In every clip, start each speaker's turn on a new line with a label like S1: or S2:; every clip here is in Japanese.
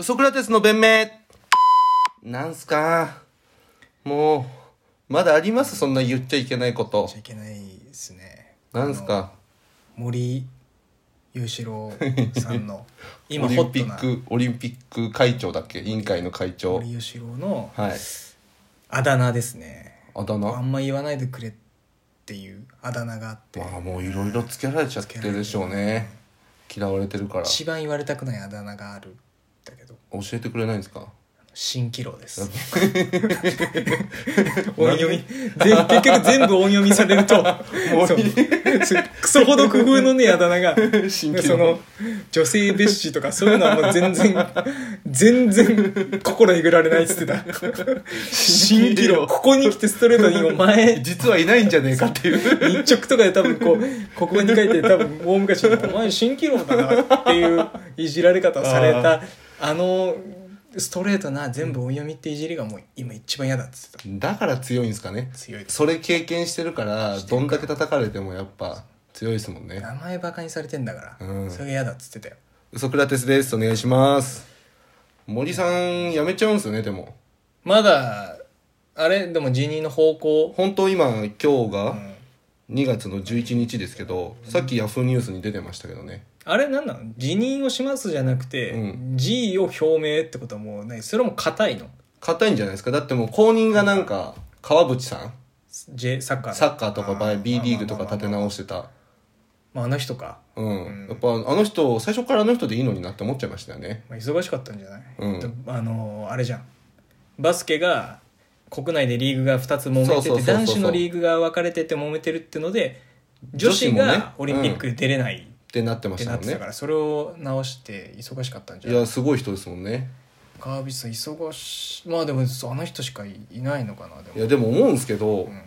S1: ソクラテスの弁明なんすかもう、まだありますそんな言っちゃいけないこと
S2: ちゃ。いけないですね
S1: なんすか
S2: あの森裕次郎さ んの今
S1: オ
S2: ホ
S1: リン
S2: ッ
S1: ピ
S2: ト
S1: ッ
S2: な
S1: ク、オリンピック会長だっけ委員会の会長。
S2: 森裕次郎の
S1: はい。
S2: あだ名ですね
S1: あだ
S2: あ
S1: 名
S2: んま言わないでくれっていうあだ名があって
S1: まあもういろいろつけられちゃってるでしょうね。嫌われてるから。
S2: 一番言われたくないあだ名があるんだけど
S1: 教えてくれないんですか
S2: 蜃気楼で す音読み全結局全部音読みされると
S1: もう
S2: そう
S1: い
S2: すクソほど工夫のねあだ名が
S1: 蜃気楼
S2: その女性蔑視とかそういうのはもう全然全然心えぐられないっつってた蜃気楼ここに来てストレートにお前
S1: 実はいないんじゃねえかっていう。
S2: 日直とかで多分こうここに書いて多分大昔に「お前蜃気楼だな」っていういじられ方をされた
S1: あ
S2: あのストレートな全部お読みっていじりがもう今一番嫌だっつってた
S1: だから強いんですかね。
S2: 強い
S1: それ経験してるから、どんだけ叩かれてもやっぱ強いですもんね。
S2: 名前バカにされてんだから、
S1: うん
S2: それが嫌だっつってたよ
S1: ソクラテスです。お願いします。森さん、辞めちゃうんですよね、でも。
S2: まだあれでも辞任の方向、
S1: 本当今、今日
S2: う
S1: が
S2: ん
S1: 2月の11日ですけど、さっきヤフーニュースに出てましたけどね。
S2: あれなんなの辞任をしますじゃなくて、
S1: う
S2: 辞意を表明ってことはもうねそれも硬いの
S1: 硬いんじゃないですか。だってもう公認がなんか、川淵さん
S2: J サッカーの
S1: サッカーとかバイ B リーグとか
S2: まあまあまあまあ
S1: 立て直してた。
S2: まああの人か、
S1: うん。やっぱあの人、最初からあの人でいいのになって思っちゃいましたよね。
S2: まあ、忙しかったんじゃない、
S1: うん
S2: あのあれじゃんバスケが国内でリーグが2つ揉め
S1: そう
S2: て
S1: そうそう
S2: て
S1: そう
S2: 男子のリーグが分かれてて揉めてるってので女子
S1: 女子もね
S2: がオリンピック出れない
S1: ってなってま
S2: っ
S1: してた
S2: な
S1: も
S2: っ
S1: ん
S2: てた
S1: ね
S2: から、。それを直して忙しかったんじゃ
S1: い
S2: ない
S1: や、すごい人ですもんね。
S2: 川淵さん忙しまあでもそうあの人しかいいないのかなでも
S1: いや、でも思うんですけど、
S2: ん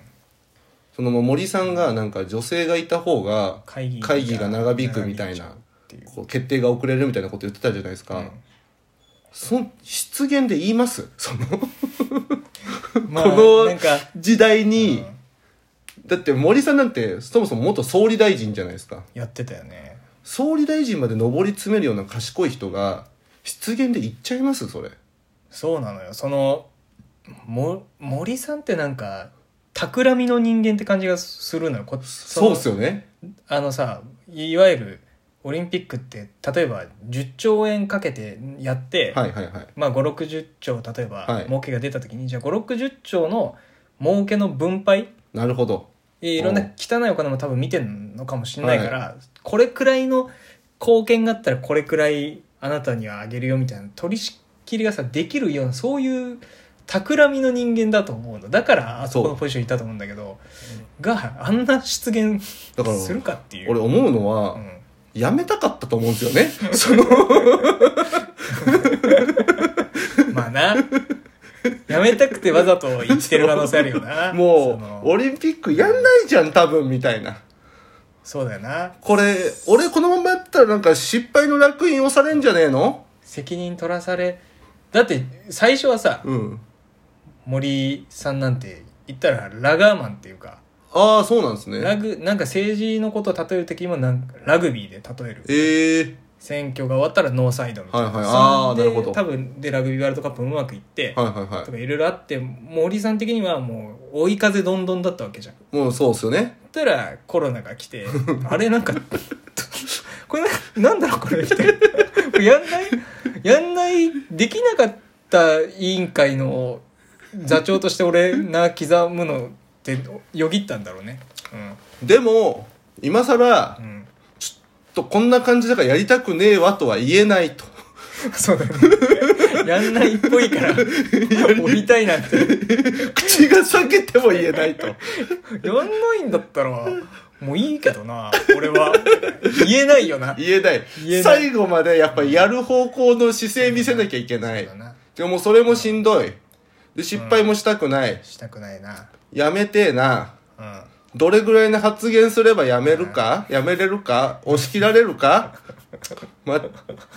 S1: そのまあ森さんがなんか女性がいた方が
S2: 会議
S1: 会議が長引くみたいな
S2: 長引いちゃうっていう
S1: こう決定が遅れるみたいなこと言ってたじゃないですか、
S2: うん
S1: そん失言で言います その
S2: まあ、
S1: この
S2: なんか、
S1: 時代に、だって森さんなんてそもそも元総理大臣じゃないですか
S2: やってたよね。
S1: 総理大臣まで上り詰めるような賢い人が失言で言っちゃいますそれ
S2: そうなのよ。その、も、森さんってなんか、企みの人間って感じがするのよ。こ
S1: そう
S2: の
S1: っすよね
S2: あのさ、いわゆる、オリンピックって、例えば10兆円かけてやって、
S1: はいはいはい
S2: まあ5、60兆、例えば、
S1: はい
S2: 儲けが出た時に、じゃあ5、60兆の儲けの分配、
S1: なるほど
S2: えーいろんな
S1: うん
S2: 汚いお金も多分見てんのかもしれないから、これくらいの貢献があったらこれくらいあなたにはあげるよみたいな取り仕切りがさできるようなそういう企みの人間だと思うのだからあそこの
S1: そう
S2: ポジションいたと思うんだけどがあんな出現
S1: だから
S2: するかっていう
S1: 俺思うのは、
S2: うん
S1: やめたかったと思うんですよ ねその
S2: まあなやめたくてわざと言ってる可能性あるよな そ
S1: も
S2: の
S1: うオリンピックやんないじゃん多分みたいな
S2: そうだよな
S1: これ俺このままやったらなんか失敗の烙印押されんじゃねえの
S2: 責任取らされだって最初はさ、
S1: うん
S2: 森さんなんて言ったらラガーマンっていうか
S1: ああそうなんです
S2: ラ
S1: ね
S2: グなんか政治のことを例える時にもなんかラグビーで例える
S1: ええ
S2: 選挙が終わったらノーサイドみたいな、
S1: はいはいあー
S2: そんで
S1: なるほど
S2: 多分でラグビーワールドカップもうまくいって、
S1: はいはいは
S2: とかいろいろあって森さん的にはもう追い風どんどんだったわけじゃん
S1: いもうそうっすよね
S2: そしたらコロナが来て あれなんかこれなんだろうこれみたいなこれやんないやんないできなかった委員会の座長として俺な刻むのってよぎったんだろうね
S1: でも今さら
S2: うん、うん、
S1: とこんな感じだからやりたくねえわとは言えない と
S2: そうだねやんないっぽいから降りたいなんて
S1: 口が裂けても言えないと
S2: やんないんだったらもういいけどな俺は言えないよな
S1: 言えない
S2: 言えない
S1: 最後までやっぱりやる方向の姿勢見せなきゃいけない
S2: そうだな
S1: でもそれもしんどいで失敗もしたくない、
S2: したくないな
S1: やめてえな
S2: うん
S1: どれぐらいの発言すればやめるかやめれるか押し切られるか ま、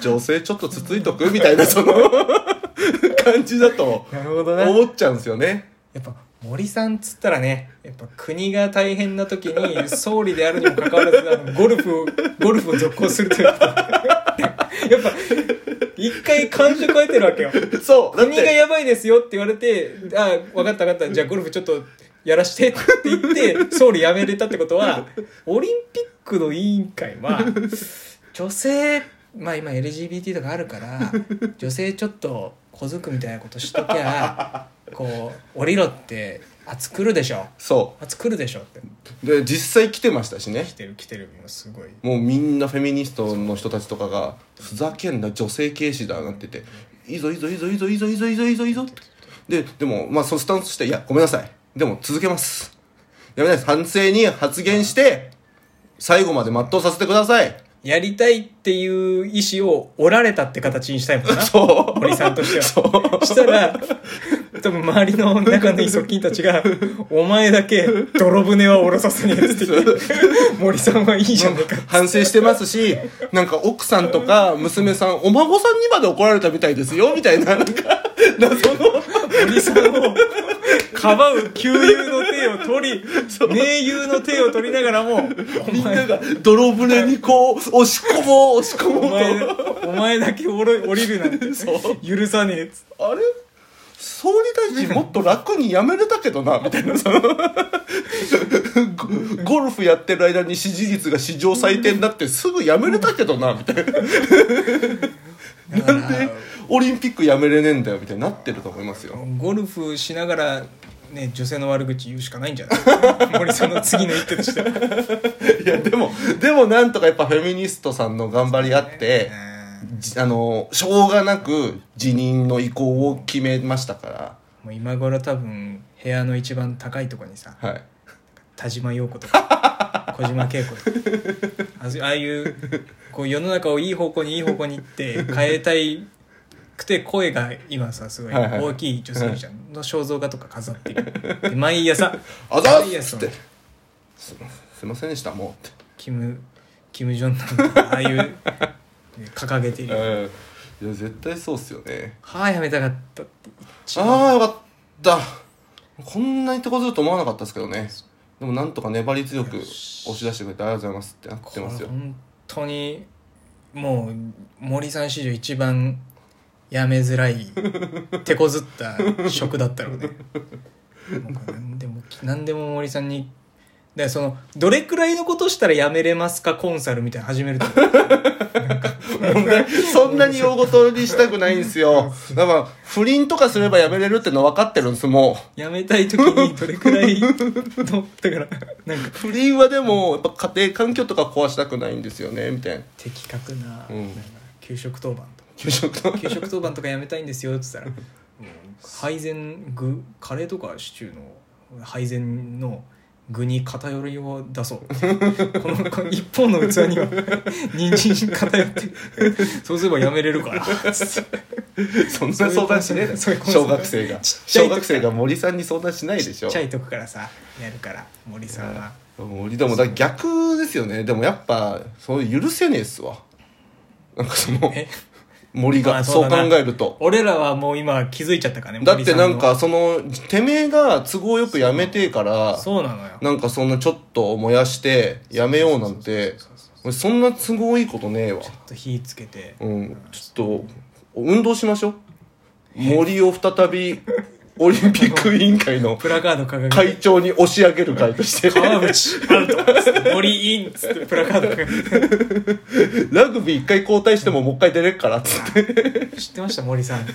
S1: 女性ちょっとつついとくみたいな、その、 感じだと、
S2: なるほどな
S1: 思っちゃうんですよね。
S2: やっぱ森さんっつったらねやっぱ国が大変な時に総理であるにもかかわらずあのゴルフをゴルフを続行するということやっぱ一回感触得てるわけよ。
S1: そうだっ
S2: 国が
S1: て
S2: やばいですよって言われて、ああ、分かった分かった、じゃあゴルフちょっとやらしてって言って、総理辞めれたってことは、オリンピックの委員会は、女性、まあ今 LGBT とかあるから、女性ちょっと小づくみたいなことしときゃ、こう、降りろって、熱くるでしょ。
S1: そ
S2: 熱くるでしょって。
S1: うで実際来てましたしね
S2: 来てる来てる、もうすごい。
S1: もうみんなフェミニストの人たちとかが「ふざけんな女性軽視だ」なってて「いいぞいいぞいいぞいいぞいいぞいいぞいいぞいいぞいいぞ」ででもまあそのスタンスとして「いやごめんなさいでも続けます」「やめないです反省に発言して最後まで全うさせてください
S2: やりたいっていう意思を折られたって形にしたいもん」な。
S1: そう
S2: 森さんと しては。
S1: そう
S2: したら、多分周りの仲のいい側近たちが、お前だけ泥船は下ろさせねえって言って、森さんはいいじゃねえか。
S1: 反省してますしなんか奥さんとか娘さんお孫さんにまで怒られたみたいですよみたいななんか謎の
S2: 森さんを、かばう旧友の手を取り、盟友の手を取りながらも、お
S1: みんな
S2: 前、
S1: が泥船にこう押し込もう押し込もう
S2: お前
S1: と。、
S2: お前だけ降り降りるなんて、許さねえっつって。
S1: あれ総理大臣もっと楽に辞めれたけど なみたいなそのゴゴルフやってる間に支持率が史上最低になってすぐ辞めれたけど なみたいななんでオリンピック辞めれねえんだよみたいになってると思いますよ
S2: ゴルフしながら、ね、女性の悪口言うしかないんじゃない 森さんの次の一手と しては。
S1: いやでもでもなんとかやっぱフェミニストさんの頑張りあって、じあのしょうがなく辞任の意向を決めましたか
S2: もう今頃多分部屋の一番高いとこにさ
S1: らはい
S2: 田島陽子 とか小島慶子とかあああいうこう世の中をいい方向にいい方向に行って変えたいくて声が今さすごい
S1: はいはい
S2: 大きい女性じゃんの肖像画とか飾ってるで毎朝
S1: 「あざっ!」
S2: 毎
S1: っつ
S2: 朝
S1: って「すすいませんでしたもう」って。
S2: キム・キム・ジョンナンとかああいうね掲げてる
S1: うんいや絶対そうっすよね
S2: 歯やめたかったって一番
S1: ああよかったこんなに手こずると思わなかったですけどねでもなんとか粘り強く押し出してくれてありがとうございますってなってますよ
S2: これ本当にもう森さん史上一番やめづらい手こずった職だったろうねもう何でも何でも森さんにだからそのどれくらいのことしたらやめれますかコンサルみたいなの始めると思う
S1: そんなに大ごとにしたくないん ですよだから不倫とかすればやめれるっての分かってるんですも
S2: やめたい時にどれくらいのだからなんか
S1: う不倫はでもやっぱ家庭環境とか壊したくないんですよねみた いな
S2: 的確な,、
S1: うん
S2: なんか給食当番とか
S1: 給食の
S2: 給食当番とかやめたいんですよって言ったらもう配膳具カレーとかシチューの配膳の具に偏りを出そうこのこの一方の器には人参偏ってるそうすればやめれるからつって
S1: そんな相談しねえだろ
S2: そういうこと
S1: 小学生が
S2: ちっちゃい
S1: 小
S2: 時
S1: 学生が森さんに相談しないでし
S2: ち
S1: ょ
S2: っちゃいとこからさやるから森さんは
S1: 俺でもだから逆ですよねでもやっぱそういう許せねえっすわなんかその
S2: え
S1: 森
S2: ま
S1: が
S2: あ
S1: そ
S2: そうう
S1: 考
S2: だな
S1: えると
S2: 俺らはもう今気づいちゃったからね
S1: だってなんか
S2: 森さ
S1: そのてめえが都合よくやめてえから
S2: のそうなのよ
S1: なんかそんなちょっと燃やしてやめようなんて
S2: そうそうそう
S1: 俺そんな都合いいことねえわ
S2: ちょっと火つけて
S1: うんちょっと運動しましょう森を再びオリンピック委員会の
S2: プラカード掲げて
S1: 会長に押し上げる会として
S2: 川淵アウト森インっつってプラカード掲げて
S1: ラグビー一回交代してももう一回出れっからっつって
S2: 知ってました森さん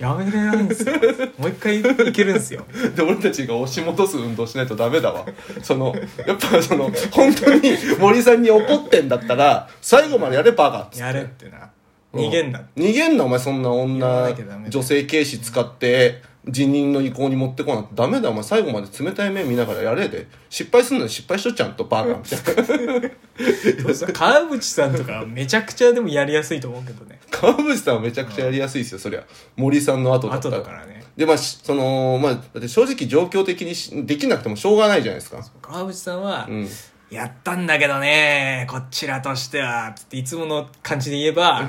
S2: やめれないんですよもう一回いけるんですよ
S1: で俺たちが押し戻す運動しないとダメだわそのやっぱその本当に森さんに怒ってんだったら最後までやれバカっつって
S2: やれってな逃げんな
S1: 逃げんなお前そんな
S2: 言わ
S1: 女
S2: なきゃダメだよ
S1: 女性軽視使って辞任の意向に持ってこなくてダメだお前最後まで冷たい目見ながらやれで失敗すんのに失敗しとちゃんとバカみたい な
S2: 川淵さんとかめちゃくちゃでもやりやすいと思うけどね
S1: 川淵さんはめちゃくちゃやりやすいですよそりゃ森さんの後だった
S2: 後
S1: ら
S2: だからね
S1: でまあしそのまあだって正直状況的にしできなくてもしょうがないじゃないですか
S2: 川淵さんは、
S1: うん
S2: やったんだけどねこちらとしてはつっていつもの感じで言えば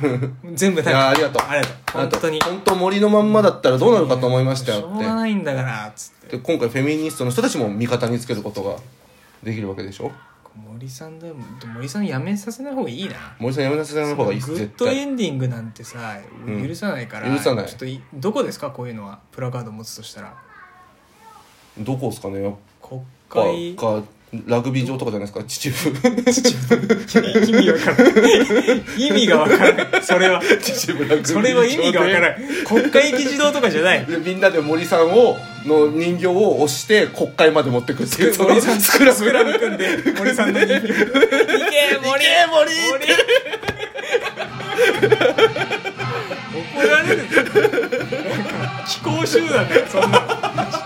S2: 全部なん
S1: いや
S2: か
S1: ありがとう
S2: ありがとう本当に
S1: 本当森のまんまだったらどうなるかと思いました
S2: し
S1: よ
S2: ょ
S1: っ
S2: う
S1: て
S2: がないんだからつって
S1: で今回フェミニストの人たちも味方につけることができるわけでしょ
S2: 森さんだ森さんやめさせない方がいいな
S1: 森さんやめなさいの方がいいっす
S2: グッ
S1: 絶
S2: ド
S1: 対
S2: エンディングなんてさ
S1: うん
S2: 許さないから、
S1: 許さない
S2: ちょっといどこですかこういうのはプラカード持つとしたら
S1: どこですかねやっ
S2: 国
S1: ぱ
S2: 会
S1: かラグビー場とかじゃないですか秩父
S2: 意味わからない意味がわからないそれは
S1: 秩父ラグビー場で
S2: それは意味がわからない国会議事堂とかじゃない
S1: でみんなで森さんをの人形を押して国会まで持ってくっていうその
S2: 森さん
S1: スクラ
S2: スクラム組んで森さんの意味いけ森
S1: いけ森
S2: 怒られるなんか非行集団だよそんな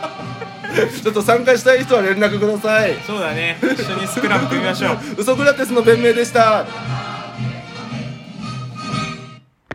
S1: ちょっと参加したい人は連絡ください
S2: そうだね一緒にスクラム組みましょう
S1: ウソクラテスの弁明でした